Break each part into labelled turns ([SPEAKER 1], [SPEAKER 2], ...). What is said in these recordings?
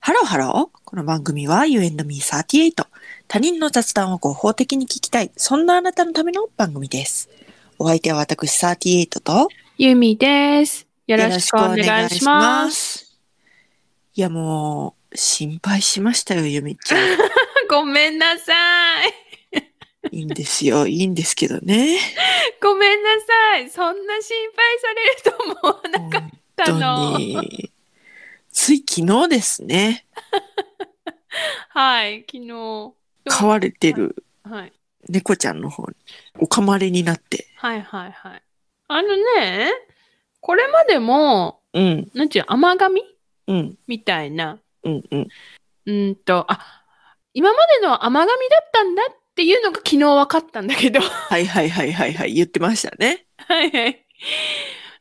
[SPEAKER 1] ハローハロー。この番組は You and me38。他人の雑談を合法的に聞きたい。そんなあなたのための番組です。お相手は私38と
[SPEAKER 2] ゆみです。よろしくお願いします。
[SPEAKER 1] す。いやもう、心配しましたよ、ゆみちゃん。
[SPEAKER 2] ごめんなさい。
[SPEAKER 1] いいんですよ。いいんですけどね。
[SPEAKER 2] ごめんなさい。そんな心配されると思わなかっ
[SPEAKER 1] 本
[SPEAKER 2] た
[SPEAKER 1] 当
[SPEAKER 2] の。
[SPEAKER 1] に。つい昨日ですね。
[SPEAKER 2] はい、昨日。
[SPEAKER 1] 飼われてる
[SPEAKER 2] はい、
[SPEAKER 1] 猫ちゃんの方に、おかまれになって。
[SPEAKER 2] はい、はい、はい。あのね、これまでも、
[SPEAKER 1] うん、
[SPEAKER 2] なんちゅう、甘噛み
[SPEAKER 1] うん、
[SPEAKER 2] みたいな。
[SPEAKER 1] うん、うん。
[SPEAKER 2] うんと、あ、今までの甘噛みだったんだっていうのが昨日分かったんだけど。
[SPEAKER 1] はいはいはいはいはい、言ってましたね。
[SPEAKER 2] はいはい。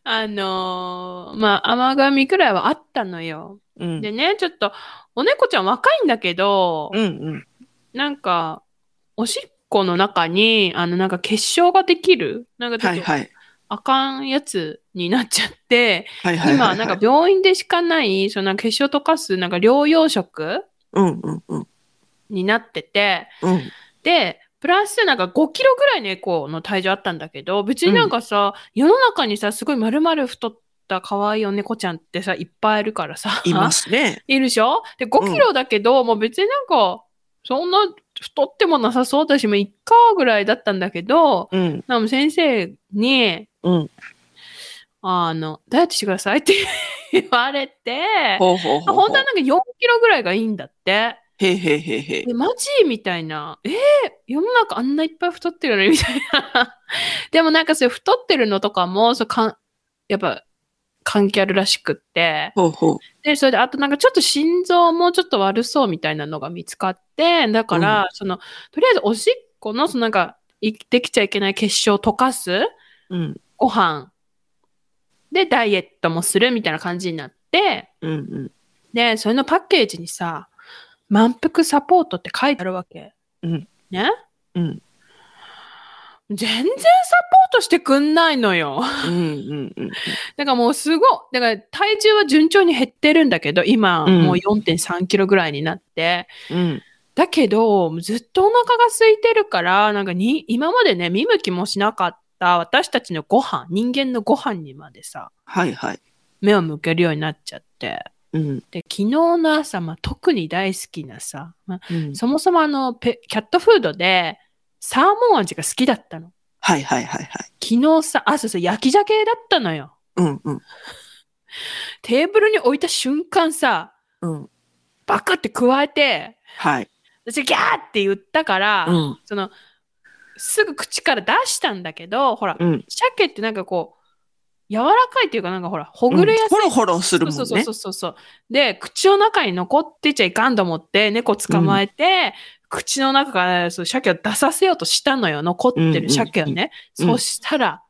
[SPEAKER 2] あのーまあ、甘噛みくらいはあったのよ。
[SPEAKER 1] うん。
[SPEAKER 2] でね、ちょっと、お猫ちゃん若いんだけど、
[SPEAKER 1] うんうん。
[SPEAKER 2] なんか、おしっこの中に、あの、なんか結晶ができる、なんかちょ
[SPEAKER 1] は
[SPEAKER 2] っ
[SPEAKER 1] い
[SPEAKER 2] と、
[SPEAKER 1] はい。
[SPEAKER 2] あかんやつになっちゃって、
[SPEAKER 1] はいはいはい、はい。
[SPEAKER 2] 今、なんか、病院でしかない、そのなんか結晶溶かす、なんか療養食
[SPEAKER 1] うんうんうん。
[SPEAKER 2] になってて、
[SPEAKER 1] うん。
[SPEAKER 2] で、プラスなんか5キロぐらい猫の体重あったんだけど、別になんかさ、世の中にさ、すごい丸々太った可愛いお猫ちゃんってさ、いっぱいいるからさ。
[SPEAKER 1] いますね。
[SPEAKER 2] いるでしょで、5キロだけど、もう別になんか、そんな太ってもなさそうだし、もういっかぐらいだったんだけど、
[SPEAKER 1] うん
[SPEAKER 2] なんか先生に、
[SPEAKER 1] うん。
[SPEAKER 2] あの、ダイエットしてくださいって 言われて、
[SPEAKER 1] ほうほうほうほう。
[SPEAKER 2] 本当はなんか4キロぐらいがいいんだって。
[SPEAKER 1] へいへいへいへい。
[SPEAKER 2] え、マジみたいな。えー世の中あんないっぱい太ってるのにみたいな。 でもなんかそういう太ってるのとかも、そうかんやっぱ、関係あるらしくって。
[SPEAKER 1] ほうほう。
[SPEAKER 2] で、それで、あとなんかちょっと心臓もちょっと悪そうみたいなのが見つかって、だから、その、とりあえずおしっこの、そのなんか、いできちゃいけない結晶を溶かす
[SPEAKER 1] うん
[SPEAKER 2] ご飯でダイエットもするみたいな感じになって、
[SPEAKER 1] うんうん
[SPEAKER 2] で、それのパッケージにさ、満腹サポートって書いてあるわけ。
[SPEAKER 1] うん
[SPEAKER 2] ね
[SPEAKER 1] うん
[SPEAKER 2] 全然サポートしてくんないのよ。
[SPEAKER 1] うんうんうん。
[SPEAKER 2] だからもうすごい、だから体重は順調に減ってるんだけど、今
[SPEAKER 1] うん
[SPEAKER 2] もう4.3キロぐらいになって、
[SPEAKER 1] うん
[SPEAKER 2] だけど、ずっとお腹が空いてるから、なんかに、今までね、見向きもしなかった私たちのご飯、人間のご飯にまでさ、
[SPEAKER 1] はいはい。
[SPEAKER 2] 目を向けるようになっちゃって。
[SPEAKER 1] うん
[SPEAKER 2] で、昨日の朝、まあ、特に大好きなさ、まあ
[SPEAKER 1] うん。
[SPEAKER 2] そもそもあのペ、キャットフードで、サーモン味が好きだったの。
[SPEAKER 1] はいはいはいはい。
[SPEAKER 2] 昨日さ、あ、そうそう、焼き鮭だったのよ。
[SPEAKER 1] うんうん
[SPEAKER 2] テーブルに置いた瞬間さ、
[SPEAKER 1] うん。
[SPEAKER 2] バクって加えて、
[SPEAKER 1] はい。
[SPEAKER 2] 私ギャーって言ったから、
[SPEAKER 1] うん
[SPEAKER 2] その、すぐ口から出したんだけど、ほら、
[SPEAKER 1] うん。
[SPEAKER 2] 鮭ってなんかこう、柔らかいっていうかなんかほら、ほぐれやすい。
[SPEAKER 1] ほろほろするもんね。
[SPEAKER 2] そうそうそうそうそう。で、口の中に残ってちゃいかんと思って、猫捕まえて、口の中からそう鮭を出させようとしたのよ、残ってる鮭をね。
[SPEAKER 1] うんうんうん
[SPEAKER 2] そしたら、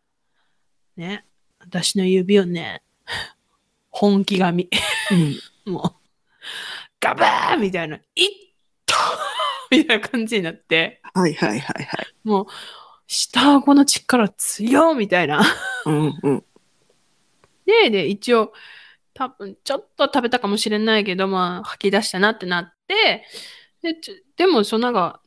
[SPEAKER 2] ね、私の指をね、本気紙。
[SPEAKER 1] うん
[SPEAKER 2] もう、ガバーみたいな、いっと みたいな感じになって、
[SPEAKER 1] はいはいはいはい。
[SPEAKER 2] もう、下顎の力強いみたいな。
[SPEAKER 1] うんうん
[SPEAKER 2] で、で、一応、多分、ちょっと食べたかもしれないけど、まあ、吐き出したなってなって、で、ちょでも、そのなんか、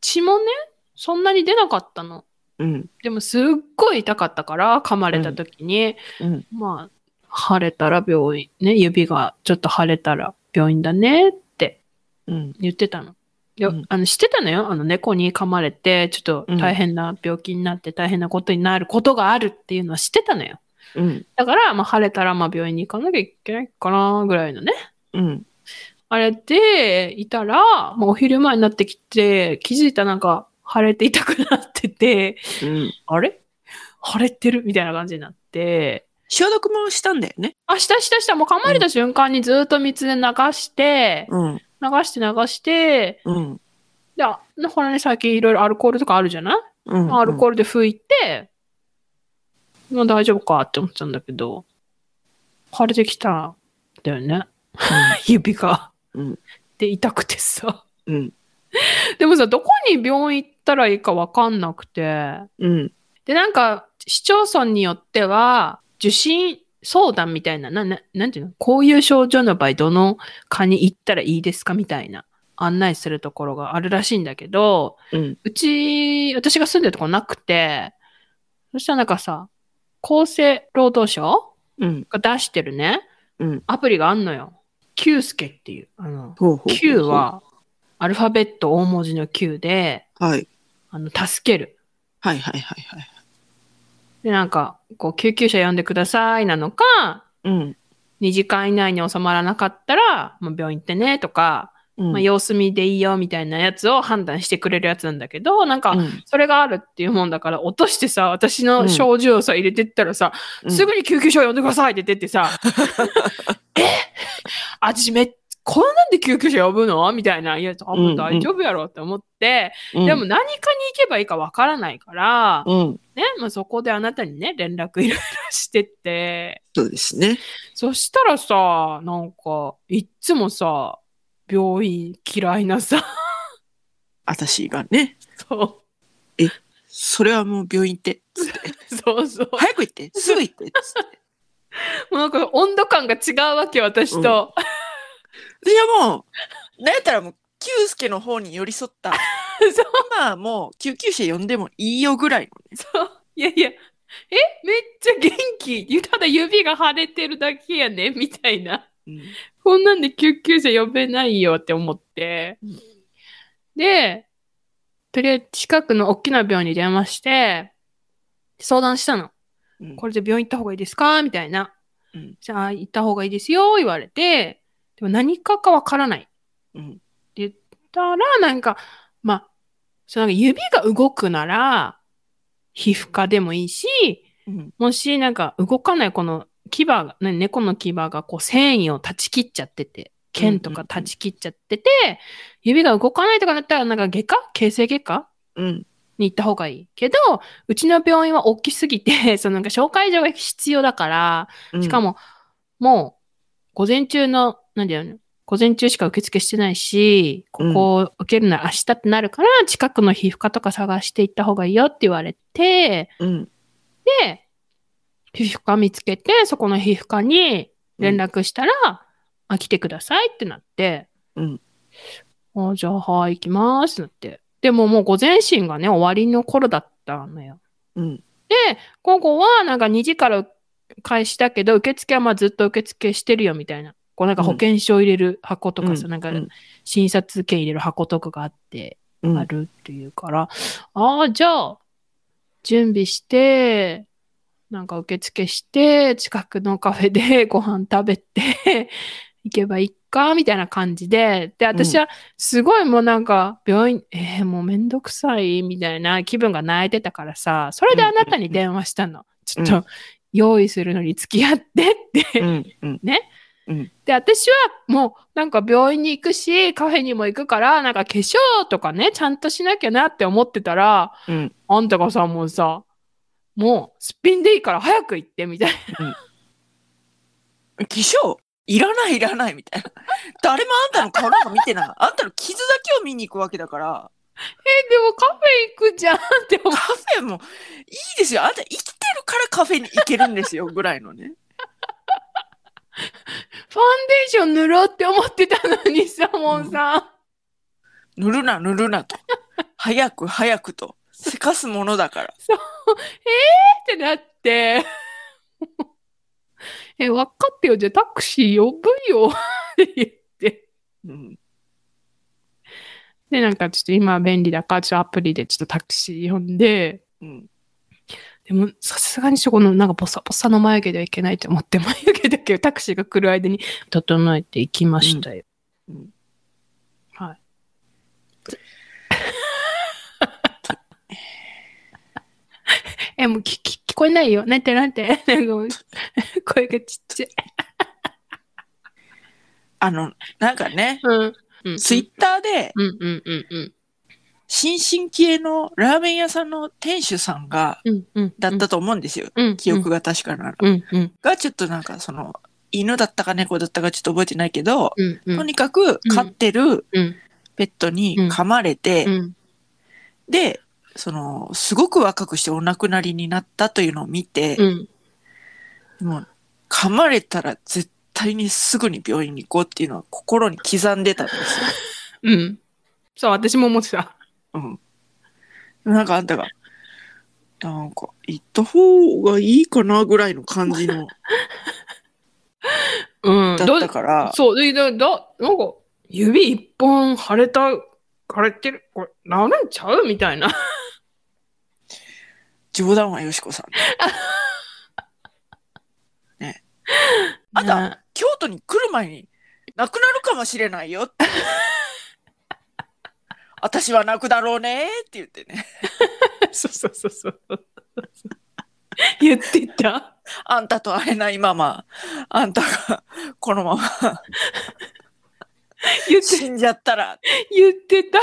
[SPEAKER 2] 血もね、そんなに出なかったの。
[SPEAKER 1] うん
[SPEAKER 2] でも、すっごい痛かったから、噛まれた時に、
[SPEAKER 1] うん。
[SPEAKER 2] まあ、腫れたら病院、ね、指がちょっと腫れたら病院だねって
[SPEAKER 1] うん
[SPEAKER 2] 言ってたの。よ
[SPEAKER 1] うん
[SPEAKER 2] あの知ってたのよ。あの猫に噛まれて、ちょっと大変な病気になって大変なことになることがあるっていうのは知ってたのよ。
[SPEAKER 1] うん
[SPEAKER 2] だから、まあ、晴れたらまあ病院に行かなきゃいけないかなぐらいのね。
[SPEAKER 1] うん
[SPEAKER 2] あれで、いたら、まあ、お昼前になってきて、気づいたなんか、腫れて痛くなってて、
[SPEAKER 1] うん。
[SPEAKER 2] あれ腫れてるみたいな感じになって、
[SPEAKER 1] 消毒もしたんだよね。
[SPEAKER 2] あ、したしたした、もう噛まれた瞬間にずっと水で流して、
[SPEAKER 1] うん
[SPEAKER 2] 流して流して、
[SPEAKER 1] うん
[SPEAKER 2] で、あほらね、最近いろいろアルコールとかあるじゃない
[SPEAKER 1] うん。
[SPEAKER 2] アルコールで拭いて、まあ大丈夫かって思ってたんだけど、腫れてきたんだよね。指が。
[SPEAKER 1] うん
[SPEAKER 2] で、痛くてさ。
[SPEAKER 1] うんうん
[SPEAKER 2] でもさ、どこに病院行ったらいいかわかんなくて。
[SPEAKER 1] うん
[SPEAKER 2] で、なんか、市町村によっては、受診相談みたいな、な、ななんていうのこういう症状の場合、どの科に行ったらいいですかみたいな案内するところがあるらしいんだけど、
[SPEAKER 1] うん。
[SPEAKER 2] うち、私が住んでるとこなくて、そしたらなんかさ、厚生労働省
[SPEAKER 1] うん。
[SPEAKER 2] が出してるね、
[SPEAKER 1] うん
[SPEAKER 2] アプリがあんのよ。キュースケっていう。あの、
[SPEAKER 1] ほうほうほう
[SPEAKER 2] Q。は、アルファベット大文字の Q で、
[SPEAKER 1] はい。
[SPEAKER 2] あの、助ける。
[SPEAKER 1] はいはいはいはい。
[SPEAKER 2] で、なんか、こう、救急車呼んでくださいなのか、
[SPEAKER 1] うん。
[SPEAKER 2] 2時間以内に収まらなかったら、もう病院行ってねとか、
[SPEAKER 1] うん
[SPEAKER 2] まあ、様子見でいいよみたいなやつを判断してくれるやつなんだけど、なんか、
[SPEAKER 1] うん
[SPEAKER 2] それがあるっていうもんだから、落としてさ、私の症状をさ、入れてったらさ、
[SPEAKER 1] うん
[SPEAKER 2] すぐに救急車呼んでくださいって出 てさ、え私めっこんなんで救急車呼ぶのみたいな。いや、多
[SPEAKER 1] うんう
[SPEAKER 2] 分
[SPEAKER 1] ん
[SPEAKER 2] 大丈夫やろって思って、
[SPEAKER 1] うん
[SPEAKER 2] でも何かに行けばいいかわからないから、
[SPEAKER 1] うん。
[SPEAKER 2] ね、まあ、そこであなたにね、連絡いろいろしてって、
[SPEAKER 1] そうですね。
[SPEAKER 2] そしたらさ、なんか、いっつもさ、病院嫌いなさ、
[SPEAKER 1] 私がね。
[SPEAKER 2] そ
[SPEAKER 1] それはもう病院行って。
[SPEAKER 2] う、そ うそう。
[SPEAKER 1] 早く行 って。すぐ行って。つって
[SPEAKER 2] もうなんか温度感が違うわけ、私と。
[SPEAKER 1] 私はもう、なんやったらもう、キュウスケの方に寄り添った。
[SPEAKER 2] そう
[SPEAKER 1] まあもう、救急車呼んでもいいよぐらいのね。
[SPEAKER 2] そう。いやいや、え、めっちゃ元気。ただ指が腫れてるだけやね、みたいな。
[SPEAKER 1] うん
[SPEAKER 2] こんなんで救急車呼べないよって思って
[SPEAKER 1] うん。
[SPEAKER 2] で、とりあえず近くの大きな病院に電話して、相談したの。
[SPEAKER 1] うん
[SPEAKER 2] これで病院行った方がいいですかみたいな。
[SPEAKER 1] うん
[SPEAKER 2] じゃあ行った方がいいですよ、言われて。でも何かかわからない。
[SPEAKER 1] うん
[SPEAKER 2] たら、なんか、まあ、そのなんか指が動くなら、皮膚科でもいいし、
[SPEAKER 1] うん
[SPEAKER 2] もしなんか動かないこの牙が、ね、猫の牙がこう繊維を断ち切っちゃってて、剣とか断ち切っちゃってて、指が動かないとかだったら、なんか外科形成外科
[SPEAKER 1] うん
[SPEAKER 2] に行った方がいい。けど、うちの病院は大きすぎて、 そのなんか紹介状が必要だから、
[SPEAKER 1] うん
[SPEAKER 2] しか
[SPEAKER 1] も、
[SPEAKER 2] も、もう、午前中の、なんだよね、午前中しか受付してないし、ここを受けるなら明日ってなるから、近くの皮膚科とか探して行った方がいいよって言われて、
[SPEAKER 1] うん
[SPEAKER 2] で、皮膚科見つけて、そこの皮膚科に連絡したら、あ、来てくださいってなって、
[SPEAKER 1] うん
[SPEAKER 2] あ、じゃあ、はい、行きますってなって。でももう午前診がね、終わりの頃だったのよ。
[SPEAKER 1] うん
[SPEAKER 2] 午後はなんか2時から開始だけど、受付はまあずっと受付してるよみたいな。こうなんか保険証入れる箱とかさ、
[SPEAKER 1] うん
[SPEAKER 2] なんか
[SPEAKER 1] うん
[SPEAKER 2] 診察券入れる箱とかがあって、
[SPEAKER 1] うん
[SPEAKER 2] あるっていうから、ああ、じゃあ、準備して、なんか受付して、近くのカフェで ご飯食べて、行けばいいか、みたいな感じで。で、私はすごいもうなんか、病院、えーもうめんどくさい、みたいな気分が泣いてたからさ、それであなたに電話したの。ちょっと、
[SPEAKER 1] う
[SPEAKER 2] 用意するのに付き合ってって。
[SPEAKER 1] うんうん
[SPEAKER 2] で、私はもうなんか病院に行くし、カフェにも行くから、なんか化粧とかね、ちゃんとしなきゃなって思ってたら、
[SPEAKER 1] うん
[SPEAKER 2] あんたがさ、もうさ、もうすっぴんでいいから早く行ってみたいな。
[SPEAKER 1] 化粧いらないいらないみたいな 誰もあんたの顔なんか見てないあんたの傷だけを見に行くわけだから
[SPEAKER 2] え、でもカフェ行くじゃんって思
[SPEAKER 1] カフェもいいですよあんた生きてるからカフェに行けるんですよぐらいのね
[SPEAKER 2] ファンデーション塗ろうって思ってたのにさ、もうさ、
[SPEAKER 1] 塗るな塗るなと早く早くとせかすものだから
[SPEAKER 2] ってなって。 え、分かってよ。じゃあタクシー呼ぶよ。 って言って。
[SPEAKER 1] うん
[SPEAKER 2] で、なんかちょっと今便利だから、ちょっとアプリでちょっとタクシー呼んで、
[SPEAKER 1] うん
[SPEAKER 2] でもさすがにそこのなんかボサボサの眉毛ではいけないと思って、眉毛だけをタクシーが来る間に整えていきましたよ。
[SPEAKER 1] うんうん
[SPEAKER 2] はい。え、もう聞き聞こえないよ。なんてなんて。なんかもう声がちっちゃい。
[SPEAKER 1] あのなんかね
[SPEAKER 2] うん。うん
[SPEAKER 1] ツイッターで
[SPEAKER 2] うんうんうんうん。
[SPEAKER 1] 新進気鋭のラーメン屋さんの店主さんが
[SPEAKER 2] うんうん。
[SPEAKER 1] だったと思うんですよ、
[SPEAKER 2] うん。
[SPEAKER 1] 記憶が確かなら、
[SPEAKER 2] うんうん
[SPEAKER 1] がちょっとなんかその犬だったか猫だったかちょっと覚えてないけど、
[SPEAKER 2] うんうん。
[SPEAKER 1] とにかく飼ってる
[SPEAKER 2] うん
[SPEAKER 1] ペットに噛まれて、
[SPEAKER 2] うん。
[SPEAKER 1] でそのすごく若くしてお亡くなりになったというのを見て
[SPEAKER 2] う、ん。
[SPEAKER 1] もう噛まれたら絶対にすぐに病院に行こうっていうのは心に刻んでたんですよ。
[SPEAKER 2] うん。そう、私も思ってた。
[SPEAKER 1] うん。なんかあんたが、なんか行った方がいいかなぐらいの感じの
[SPEAKER 2] うん。
[SPEAKER 1] だったから、
[SPEAKER 2] そう、で、だ、だなんか、指一本腫れた、腫れてる、これ、治るんちゃうみたいな。
[SPEAKER 1] 冗談はよしこさん。 あだ
[SPEAKER 2] ね
[SPEAKER 1] 京都に来る前に亡くなるかもしれないよ って。私は泣くだろうねって言ってね。
[SPEAKER 2] そうそうそうそう。 言って た。
[SPEAKER 1] あんたと会えないまま、あんたがこのま ま
[SPEAKER 2] 言って、
[SPEAKER 1] 死んじゃったら、
[SPEAKER 2] 言ってた。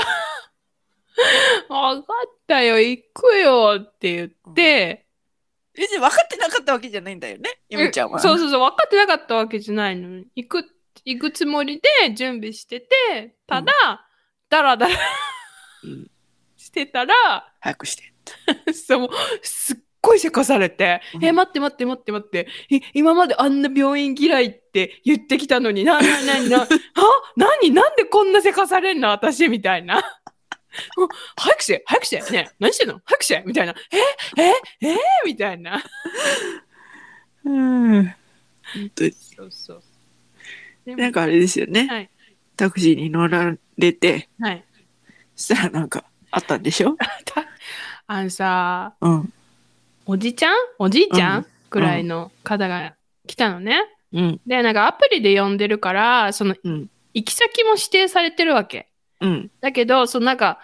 [SPEAKER 2] 分かったよ、行くよって言って、
[SPEAKER 1] 別に分かってなかったわけじゃないんだよね、ゆみちゃんは。
[SPEAKER 2] そうそうそう、分かってなかったわけじゃないのに。行く、行くつもりで準備してて、ただ、ダラダラ
[SPEAKER 1] うん
[SPEAKER 2] してたら、
[SPEAKER 1] 早くして。
[SPEAKER 2] そう、もうすっごいせかされて、
[SPEAKER 1] うん
[SPEAKER 2] え、待って待って待って待って、え、今まであんな病院嫌いって言ってきたのに、な、な、な、 な、あ、なに、なんでこんなせかされんの私みたいな。 もう早くして、早くして、ねえ、何してんの早くしてみたいな。え、え、えみたいな。
[SPEAKER 1] うん。本当に
[SPEAKER 2] そうそう。でも
[SPEAKER 1] なんかあれですよね。
[SPEAKER 2] はい
[SPEAKER 1] タクシーに乗られて、
[SPEAKER 2] はい。
[SPEAKER 1] そしたらなんかあったんで しょ
[SPEAKER 2] たあのさ、
[SPEAKER 1] うん。
[SPEAKER 2] おじちゃんおじいちゃ
[SPEAKER 1] うん
[SPEAKER 2] んくらいの方が来たのね。
[SPEAKER 1] うん。
[SPEAKER 2] で、なんかアプリで呼んでるから、その
[SPEAKER 1] うん。
[SPEAKER 2] 行き先も指定されてるわけ。
[SPEAKER 1] うん。
[SPEAKER 2] だけど、そのなんか、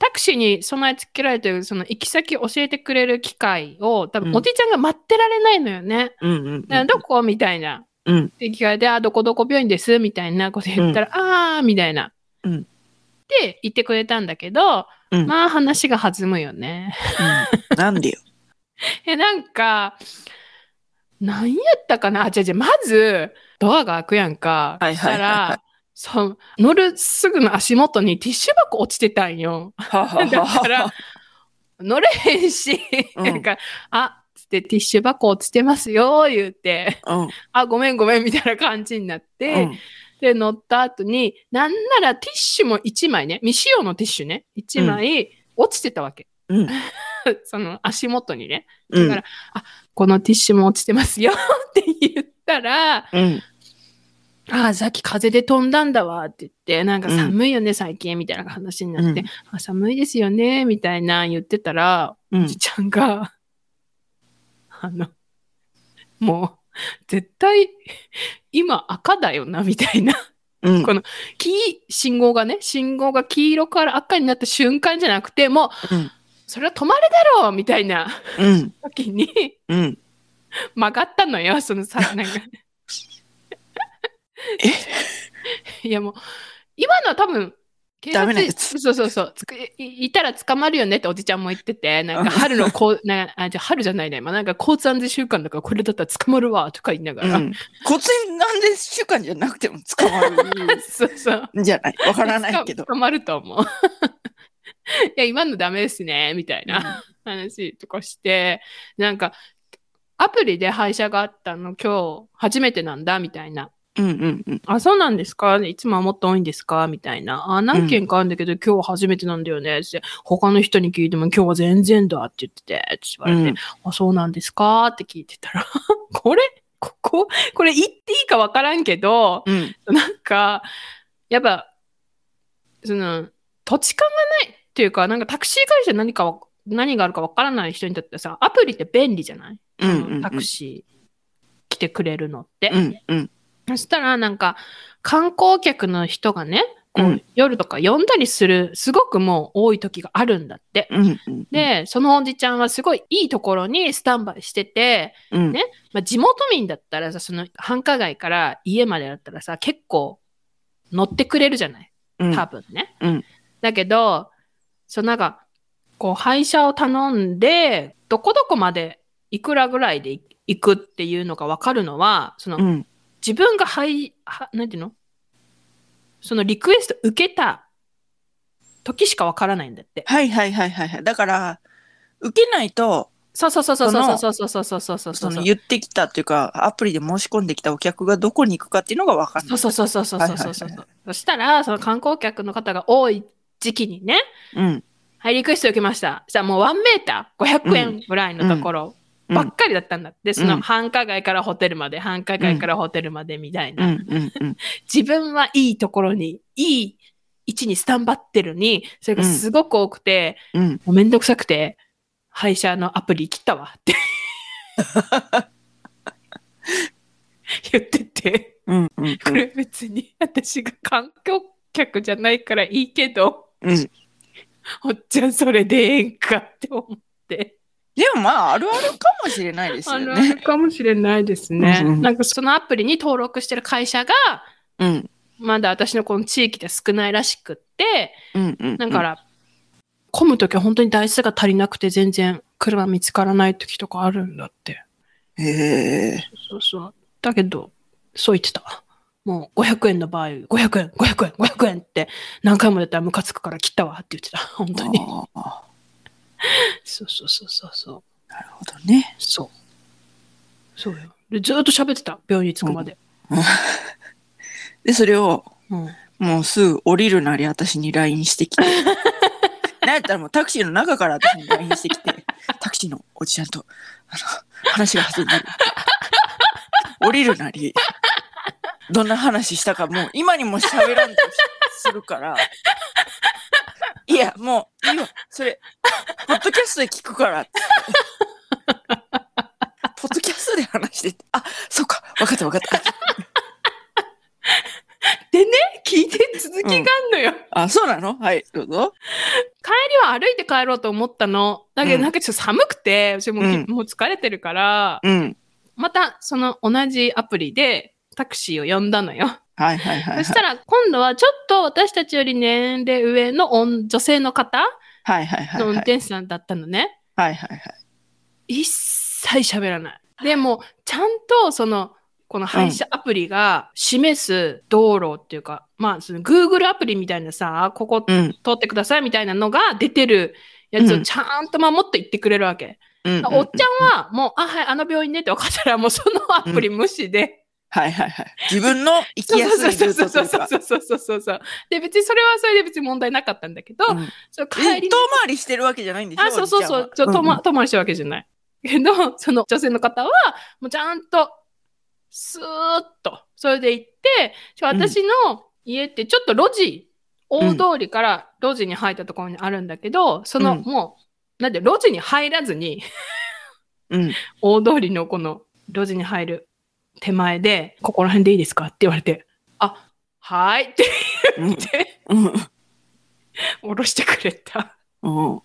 [SPEAKER 2] タクシーに備え付けられてる、その行き先教えてくれる機会を、多
[SPEAKER 1] う
[SPEAKER 2] 分
[SPEAKER 1] ん
[SPEAKER 2] おじいちゃんが待ってられないのよね。
[SPEAKER 1] うん。うん。
[SPEAKER 2] だからどこみたいな。
[SPEAKER 1] うん。
[SPEAKER 2] で、聞かれて、あ、どこどこ病院です、みたいなこと言ったら、あー、みたいな。
[SPEAKER 1] うん
[SPEAKER 2] で、言ってくれたんだけど、
[SPEAKER 1] うん
[SPEAKER 2] まあ話が弾むよね。
[SPEAKER 1] うんなんでよ。
[SPEAKER 2] え、なんか、なんやったかなあ、じゃじゃまず、ドアが開くやんか。
[SPEAKER 1] はいはいはいはい
[SPEAKER 2] したら、そう、乗るすぐの足元にティッシュ箱落ちてたんよ。
[SPEAKER 1] はは
[SPEAKER 2] だから、乗れへんし、
[SPEAKER 1] うん
[SPEAKER 2] なんか、あ、つってティッシュ箱落ちてますよ、言うて、
[SPEAKER 1] うん。
[SPEAKER 2] あ、ごめんごめん、みたいな感じになって、
[SPEAKER 1] うん
[SPEAKER 2] で、乗った後に、なんならティッシュも1枚ね、未使用のティッシュね、1枚落ちてたわけ。
[SPEAKER 1] うん。
[SPEAKER 2] その足元にね。
[SPEAKER 1] う
[SPEAKER 2] だ
[SPEAKER 1] ん
[SPEAKER 2] か。このティッシュも落ちてますよ って言ったら、
[SPEAKER 1] うん。
[SPEAKER 2] ああ、さっき風で飛んだんだわって言って、なんか
[SPEAKER 1] うん
[SPEAKER 2] 寒いよね、最近、みたいな話になって、
[SPEAKER 1] うん
[SPEAKER 2] あ寒いですよね、みたいな言ってたら、
[SPEAKER 1] う
[SPEAKER 2] お
[SPEAKER 1] ん
[SPEAKER 2] じ。ちゃんが、 あの、もう、絶対、今赤だよな、みたいな。
[SPEAKER 1] うん
[SPEAKER 2] こ。黄、信号がね、信号が黄色から赤になった瞬間じゃなくて、もう、
[SPEAKER 1] うん
[SPEAKER 2] それは止まるだろうみたいな
[SPEAKER 1] うん。
[SPEAKER 2] 時に、
[SPEAKER 1] うん。
[SPEAKER 2] 曲がったのよ、そのさ、なんか。 いやもう、今のは多分、警
[SPEAKER 1] ダメなやつ
[SPEAKER 2] そうそうそうつくい、いたら捕まるよねっておじちゃんも言ってて、なんか春のこう、 なんかあじゃあ春じゃないね、まあ、なんか交通安全週間だからこれだったら捕まるわとか言いなが
[SPEAKER 1] う
[SPEAKER 2] ら、
[SPEAKER 1] ん。骨髄なんで習慣じゃなくても捕まる
[SPEAKER 2] そうそう。
[SPEAKER 1] んじゃないわからないけど。
[SPEAKER 2] 捕まると思う。 いや、今のダメですね、みたいな話とかして、なんか、アプリで配車があったの今日初めてなんだ、みたいな。
[SPEAKER 1] うんうんうん。
[SPEAKER 2] あ、そうなんですかいつもはもっと多いんですかみたいな。あ、何件かあるんだけど、今日は初めてなんだよね。って他の人に聞いても今日は全然だって言ってて、って言われて、あ、そうなんですかって聞いてたら、 これ、ここ、これ言っていいかわからんけど、
[SPEAKER 1] うん。
[SPEAKER 2] なんか、やっぱ、その、土地勘がないっていうか、なんかタクシー会社何かわ何があるかわからない人にとってさ、アプリって便利じゃない、
[SPEAKER 1] うんうん
[SPEAKER 2] あのタクシー来てくれるのって。
[SPEAKER 1] うんうん。
[SPEAKER 2] そしたらなんか観光客の人がね、こう
[SPEAKER 1] うん
[SPEAKER 2] 夜とか呼んだりする、すごくもう多い時があるんだって。
[SPEAKER 1] うんうん。、
[SPEAKER 2] で、そのおじちゃんはすごいいいところにスタンバイしてて、
[SPEAKER 1] うん。
[SPEAKER 2] ねまあ、地元民だったらさ、その繁華街から家までだったらさ、結構乗ってくれるじゃない
[SPEAKER 1] うん。
[SPEAKER 2] 多分ね。
[SPEAKER 1] うん
[SPEAKER 2] だけど、そのなんか、こう、配車を頼んで、どこどこまでいくらぐらいで行くっていうのがわかるのは、その、
[SPEAKER 1] うん。
[SPEAKER 2] 自分が配、はなんていうのそのリクエスト受けた時しかわからないんだって。
[SPEAKER 1] はいはいはいはいはい。だから、受けないと
[SPEAKER 2] そうそうそうそうそうそうそうそうそうそうそ
[SPEAKER 1] そうの言ってきたというか、アプリで申し込んできたお客がどこに行くかっていうのが分かんない。
[SPEAKER 2] そうそうそうそうそうそうそうそうそしたらその観光客の方が多い時期にね
[SPEAKER 1] うん。
[SPEAKER 2] はい、リクエスト受けました。じゃあもう1メーター500円ぐらいのところ
[SPEAKER 1] うん
[SPEAKER 2] ばっかりだったんだって、そうの
[SPEAKER 1] ん
[SPEAKER 2] 繁華街からホテルまで、繁華街からホテルまでみたい
[SPEAKER 1] うん
[SPEAKER 2] な。
[SPEAKER 1] うんうん。
[SPEAKER 2] 自分はいいところに、いい位置にスタンバってるに、それがすごく多くて、
[SPEAKER 1] うん。
[SPEAKER 2] もうめんどくさくて、配車のアプリ切った わって言ってて、
[SPEAKER 1] うんうん
[SPEAKER 2] これ別に私が観光客じゃないからいいけど、
[SPEAKER 1] うん。
[SPEAKER 2] おっちゃんそれでええんかって思って。
[SPEAKER 1] でもまあ、あるあるかもしれないですよ
[SPEAKER 2] あるあ
[SPEAKER 1] ね。
[SPEAKER 2] るかもしれないですね。
[SPEAKER 1] うんうん
[SPEAKER 2] なんかそのアプリに登録してる会社が、
[SPEAKER 1] うん。
[SPEAKER 2] まだ私のこの地域で少ないらしくって、
[SPEAKER 1] うんうん。
[SPEAKER 2] だから、混むときは本当に台数が足りなくて全然車見つからないときとかあるんだって。
[SPEAKER 1] ら。へえ。
[SPEAKER 2] そうそう。だけど、そう言ってた。もう500円の場合、500円、500円、500円って何回も出たらムカつくから切ったわって言ってた。 本当に。
[SPEAKER 1] ああ、
[SPEAKER 2] そうそうそうそうそう。
[SPEAKER 1] なるほどね。
[SPEAKER 2] そう。そうよ。で、ずーっと喋ってた。病院に着くまで。
[SPEAKER 1] で、それを、
[SPEAKER 2] うん。
[SPEAKER 1] もうすぐ降りるなり私に LINE してきて。 なんやったらもうタクシーの中から私に LINE してきて、タクシーのおじちゃんと、あの、話が弾んでる。降りるなり、どんな話したかもう今にも喋らんとするから。いや、もういいよ。それ、ポッドキャストで聞くからって。ポッドキャストで話してて、あ、そうか、わかったわかった。
[SPEAKER 2] 聞いて続きがあんのよ。帰
[SPEAKER 1] あ、そうなのはい、どうぞ。
[SPEAKER 2] りは歩いて帰ろうと思ったの。だけ
[SPEAKER 1] う
[SPEAKER 2] ど
[SPEAKER 1] ん
[SPEAKER 2] なんかちょっと寒くて、私もうき、
[SPEAKER 1] うん
[SPEAKER 2] もう疲れてるから、
[SPEAKER 1] うん。
[SPEAKER 2] またその同じアプリでタクシーを呼んだのよ。
[SPEAKER 1] はいはいはい、は
[SPEAKER 2] そ
[SPEAKER 1] い。
[SPEAKER 2] したら今度はちょっと私たちより年齢上の女女性の方
[SPEAKER 1] はいはいはい
[SPEAKER 2] の運
[SPEAKER 1] はい。
[SPEAKER 2] 転手さんだったのね。
[SPEAKER 1] はいはいはい。
[SPEAKER 2] 一切喋らない。でも、ちゃんとその、この配車アプリが示す道路っていうか、まあ、その Google アプリみたいなさ、ここ通
[SPEAKER 1] うん。
[SPEAKER 2] ってくださいみたいなのが出てるやつ
[SPEAKER 1] う
[SPEAKER 2] を
[SPEAKER 1] ん
[SPEAKER 2] ちゃんと守って言ってくれるわけ。
[SPEAKER 1] うん、
[SPEAKER 2] おっちゃんは、もう、あ、はい、あの病院ねって分かったら、もうそのアプリ無視で。
[SPEAKER 1] はいはいはい。自分の生きやすい
[SPEAKER 2] そ
[SPEAKER 1] ル
[SPEAKER 2] う
[SPEAKER 1] ー
[SPEAKER 2] そ
[SPEAKER 1] トと
[SPEAKER 2] うそ
[SPEAKER 1] いうう
[SPEAKER 2] そ
[SPEAKER 1] か
[SPEAKER 2] う。そうそうそうそう。で、別にそれはそれで別に問題なかったんだけど、
[SPEAKER 1] うん
[SPEAKER 2] その
[SPEAKER 1] え
[SPEAKER 2] 帰り
[SPEAKER 1] 遠回りしてるわけじゃないんでしょ
[SPEAKER 2] あ、そうそうそう。ちょっと、ま、、遠回りしたわけじゃない。けど、 その女性の方は、もうちゃんと、スーッと、それで行って、しかも
[SPEAKER 1] うん
[SPEAKER 2] 私の家ってちょっと路地、大通りから路地に入ったところにあるんだけど、そ
[SPEAKER 1] う
[SPEAKER 2] の、
[SPEAKER 1] ん
[SPEAKER 2] もう、なんで路地に入らずに、
[SPEAKER 1] おじちゃんはうん。
[SPEAKER 2] 大通りのこの路地に入る手前で、ここら辺でいいですかって言われて、あ、はーいって
[SPEAKER 1] うん。
[SPEAKER 2] 言って、
[SPEAKER 1] うん。
[SPEAKER 2] 下ろしてくれた。
[SPEAKER 1] うん。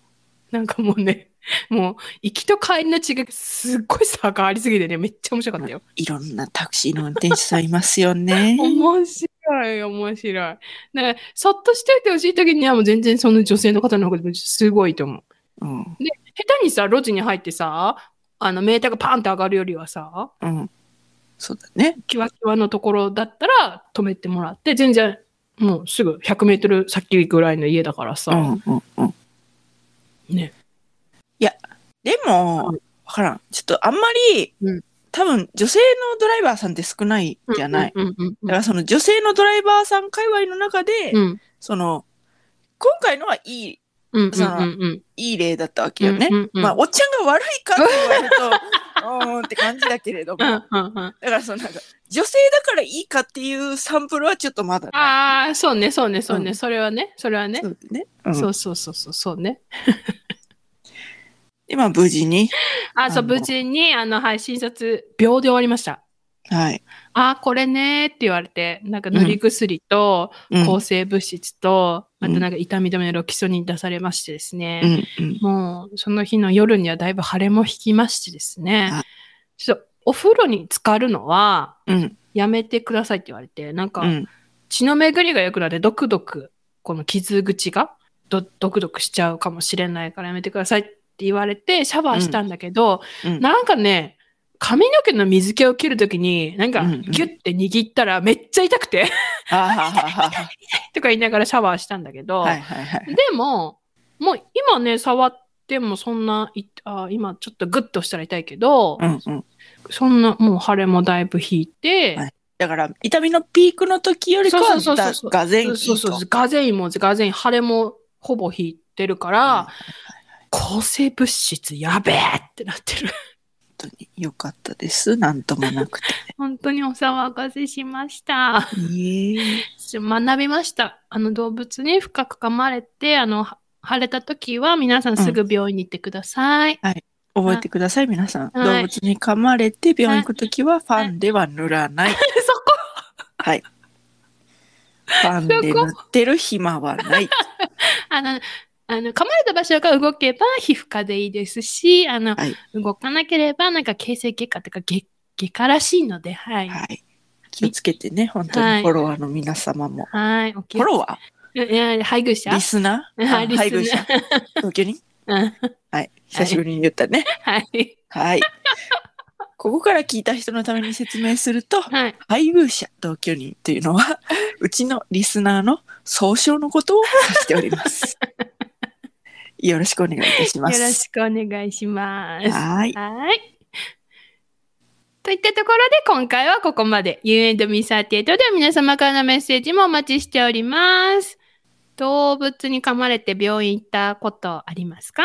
[SPEAKER 2] なんかもうね、 もう、行きと帰りの違いがすっごい差がありすぎてね、めっちゃ面白かったよ。
[SPEAKER 1] いろんなタクシーの運転手さんいますよね。
[SPEAKER 2] 面白い、面白い。ね、そっとしておいてほしい時にはもう全然その女性の方の方がすごいと思う。
[SPEAKER 1] うん。
[SPEAKER 2] 下手にさ、路地に入ってさ、あの、メーターがパンって上がるよりはさ、
[SPEAKER 1] うん。そうだね。
[SPEAKER 2] キワキワのところだったら止めてもらって、全然、もうすぐ100メートル先ぐらいの家だから
[SPEAKER 1] う
[SPEAKER 2] さ、
[SPEAKER 1] んうんうん。
[SPEAKER 2] ね。
[SPEAKER 1] でも、
[SPEAKER 2] う
[SPEAKER 1] わからん。ちょっとあんまり、
[SPEAKER 2] うん
[SPEAKER 1] 多分女性のドライバーさんって少ないじゃない。
[SPEAKER 2] うんうんう
[SPEAKER 1] だからその女性のドライバーさん界隈の中で、
[SPEAKER 2] んうん。
[SPEAKER 1] その、今回のはいい、
[SPEAKER 2] うんうんうんうん。
[SPEAKER 1] そのいい例だったわけよね。
[SPEAKER 2] うんうんうん
[SPEAKER 1] まあ、おっちゃんが悪いかって言われると、 うーんって感じだけれども。
[SPEAKER 2] うん
[SPEAKER 1] だ
[SPEAKER 2] うんうん。
[SPEAKER 1] から、そのなんか、女性だからいいかっていうサンプルはちょっとまだない。
[SPEAKER 2] ああ、そうね、そうね、そうね、
[SPEAKER 1] うん
[SPEAKER 2] それはね、それはね
[SPEAKER 1] そ。うね。うん
[SPEAKER 2] そうそうそうそう、そうね。
[SPEAKER 1] で、まあ、無事に。
[SPEAKER 2] あ、そう、
[SPEAKER 1] あの
[SPEAKER 2] 無事に、あの、はい、診察、秒で終わりました。
[SPEAKER 1] はい。
[SPEAKER 2] あー、これねーって言われて、なんか塗り薬と、
[SPEAKER 1] うん。
[SPEAKER 2] 抗生物質と、
[SPEAKER 1] うん
[SPEAKER 2] あとなんか痛み止めのロキソニン出されましてです
[SPEAKER 1] う
[SPEAKER 2] ね。
[SPEAKER 1] んうん
[SPEAKER 2] もう、その日の夜にはだいぶ腫れも引きましてですね
[SPEAKER 1] はい。
[SPEAKER 2] ちょっと、お風呂に浸かるのは、
[SPEAKER 1] うん
[SPEAKER 2] やめてくださいって言われて、なんか
[SPEAKER 1] う、ん
[SPEAKER 2] 血の巡りが良くなって、ドクドク、この傷口が、ど、ドクドクしちゃうかもしれないからやめてくださいって言われて、シャワーしたんだけど、
[SPEAKER 1] うん
[SPEAKER 2] なんかね、髪の毛の水気を切るときに、なんか、
[SPEAKER 1] うんうん
[SPEAKER 2] ギュッて握ったらめっちゃ痛くて、
[SPEAKER 1] あはははは
[SPEAKER 2] とか言いながらシャワーしたんだけど、
[SPEAKER 1] はいはいはい。
[SPEAKER 2] でも、もう今ね、触っでもそんないあ今ちょっとグッとしたら痛いけど、
[SPEAKER 1] うんうん。
[SPEAKER 2] そんなもう腫れもだいぶ引いて、
[SPEAKER 1] はいだから、痛みのピークの時よりか
[SPEAKER 2] そ
[SPEAKER 1] は、
[SPEAKER 2] うそうそう
[SPEAKER 1] だ
[SPEAKER 2] そう
[SPEAKER 1] がぜんいいと。
[SPEAKER 2] そうそうそうガゼインもガゼイン腫れもほぼ引いてるから、
[SPEAKER 1] うん
[SPEAKER 2] 抗生物質やべえってなってる
[SPEAKER 1] 本当に良かったです。なんともなくて。
[SPEAKER 2] 本当にお騒がせしました
[SPEAKER 1] いえ
[SPEAKER 2] 学びましたあの動物に深く噛まれてあのは腫れた時は皆さんすぐ病院に行ってください、
[SPEAKER 1] 覚えてください、皆さん。動
[SPEAKER 2] はい
[SPEAKER 1] 物に噛まれて病院行く時は、ファンでは塗らない。
[SPEAKER 2] そこ
[SPEAKER 1] はい。ファンで塗ってる暇はない。
[SPEAKER 2] あの、あの、噛まれた場所が動けば皮膚科でいいですし、あの、
[SPEAKER 1] はい
[SPEAKER 2] 動かなければ、なんか形成外科とか外外科らしいので、はい。はい。
[SPEAKER 1] はい。気をつけてね、本当
[SPEAKER 2] は
[SPEAKER 1] に
[SPEAKER 2] い
[SPEAKER 1] フォロワーの皆様も。
[SPEAKER 2] お気
[SPEAKER 1] フォ
[SPEAKER 2] を
[SPEAKER 1] ロワ
[SPEAKER 2] ついや配偶者
[SPEAKER 1] ーリスナー
[SPEAKER 2] あ
[SPEAKER 1] あ
[SPEAKER 2] リスナ
[SPEAKER 1] 配
[SPEAKER 2] ー
[SPEAKER 1] 偶者東京に
[SPEAKER 2] うん
[SPEAKER 1] はい。久しぶりに言ったね。
[SPEAKER 2] はい。
[SPEAKER 1] はい。ここから聞いた人のために説明すると、
[SPEAKER 2] はい。
[SPEAKER 1] 配偶者同居人というの は、うちのリスナーの総称のことを指しており ます。よろしくお願いいたし
[SPEAKER 2] よろ
[SPEAKER 1] ます。
[SPEAKER 2] しくお願いします。
[SPEAKER 1] はい。
[SPEAKER 2] はい。といったところで今回はここまで。U&Me38 では皆様からのメッセージもお待ちしております。動物に噛まれて病院行ったことありますか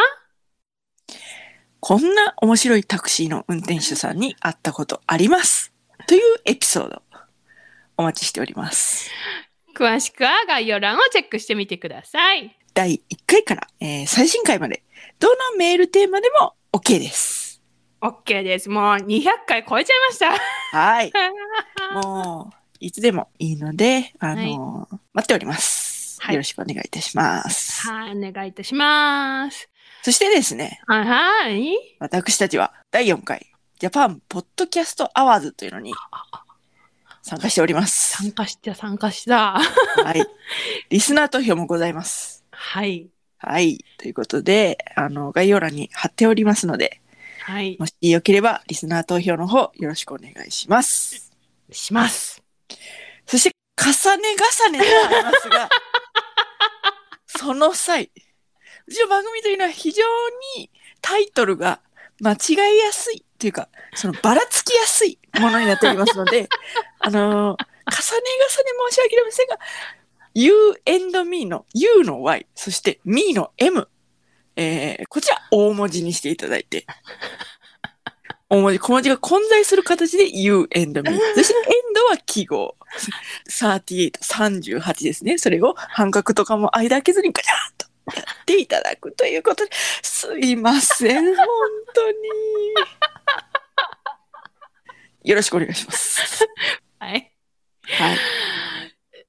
[SPEAKER 1] こんな面白いタクシーの運転手さんに会ったことあります。というエピソード、お待ちしております。
[SPEAKER 2] 詳しくは概要欄をチェックしてみてください。
[SPEAKER 1] 第1回から、えー最新回まで、どのメールテーマでも OK です。
[SPEAKER 2] OK です。もう200回超えちゃいました。
[SPEAKER 1] はい。もう、いつでもいいので、あの待っております、
[SPEAKER 2] はい
[SPEAKER 1] よろしくお願いいたします。
[SPEAKER 2] はい、お願いいたします。
[SPEAKER 1] そしてですね、
[SPEAKER 2] はいはい。
[SPEAKER 1] 私たちは第4回、ジャパンポッドキャストアワーズというのに参加しております。
[SPEAKER 2] 参加した、参加した。
[SPEAKER 1] はい。リスナー投票もございます。
[SPEAKER 2] はい。
[SPEAKER 1] はい。ということで、あの、概要欄に貼っておりますので、
[SPEAKER 2] はい。
[SPEAKER 1] もしよければ、リスナー投票の方、よろしくお願いします。
[SPEAKER 2] します。
[SPEAKER 1] そして重ね重ねではありますが、その際、うちの番組というのは非常にタイトルが間違いやすいというか、そのばらつきやすいものになっておりますので、あのー重ね重ね申し訳ありませんが、You and me の U の Y、そして Me の M、えーこちら大文字にしていただいて、大文字、小文字が混在する形で You and me。そ して End は記号。38、38ですね。それを半角とかも間開けずにガチャンとやっていただくということで、すいません、本当に。よろしくお願いします。
[SPEAKER 2] はい。
[SPEAKER 1] はい。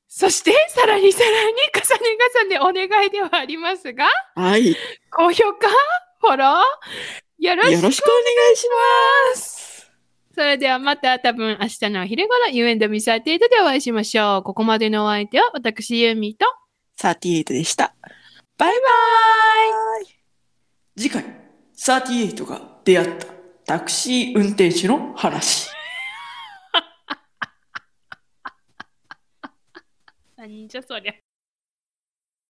[SPEAKER 2] そして、さらにさらに重ね重ねお願いではありますが、
[SPEAKER 1] はい。よ
[SPEAKER 2] 高評価、フォロー、よろしく
[SPEAKER 1] ろしくお願いします。
[SPEAKER 2] それではまた多分明日のお昼頃、You and Me38 でお会いしましょう。ここまでのお相手は私、ユーミーと、
[SPEAKER 1] 38でした。バイバイ次回、38が出会ったタクシー運転手の話。
[SPEAKER 2] 何じゃそりゃ。